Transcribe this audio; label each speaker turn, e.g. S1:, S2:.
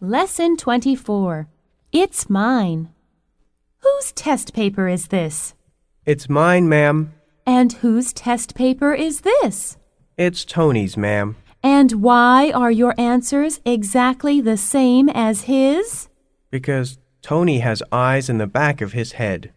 S1: Lesson 24. It's mine. Whose test paper is this?
S2: It's mine, ma'am.
S1: And whose test paper is this?
S2: It's Tony's, ma'am.
S1: And why are your answers exactly the same as his?
S2: Because Tony has eyes in the back of his head.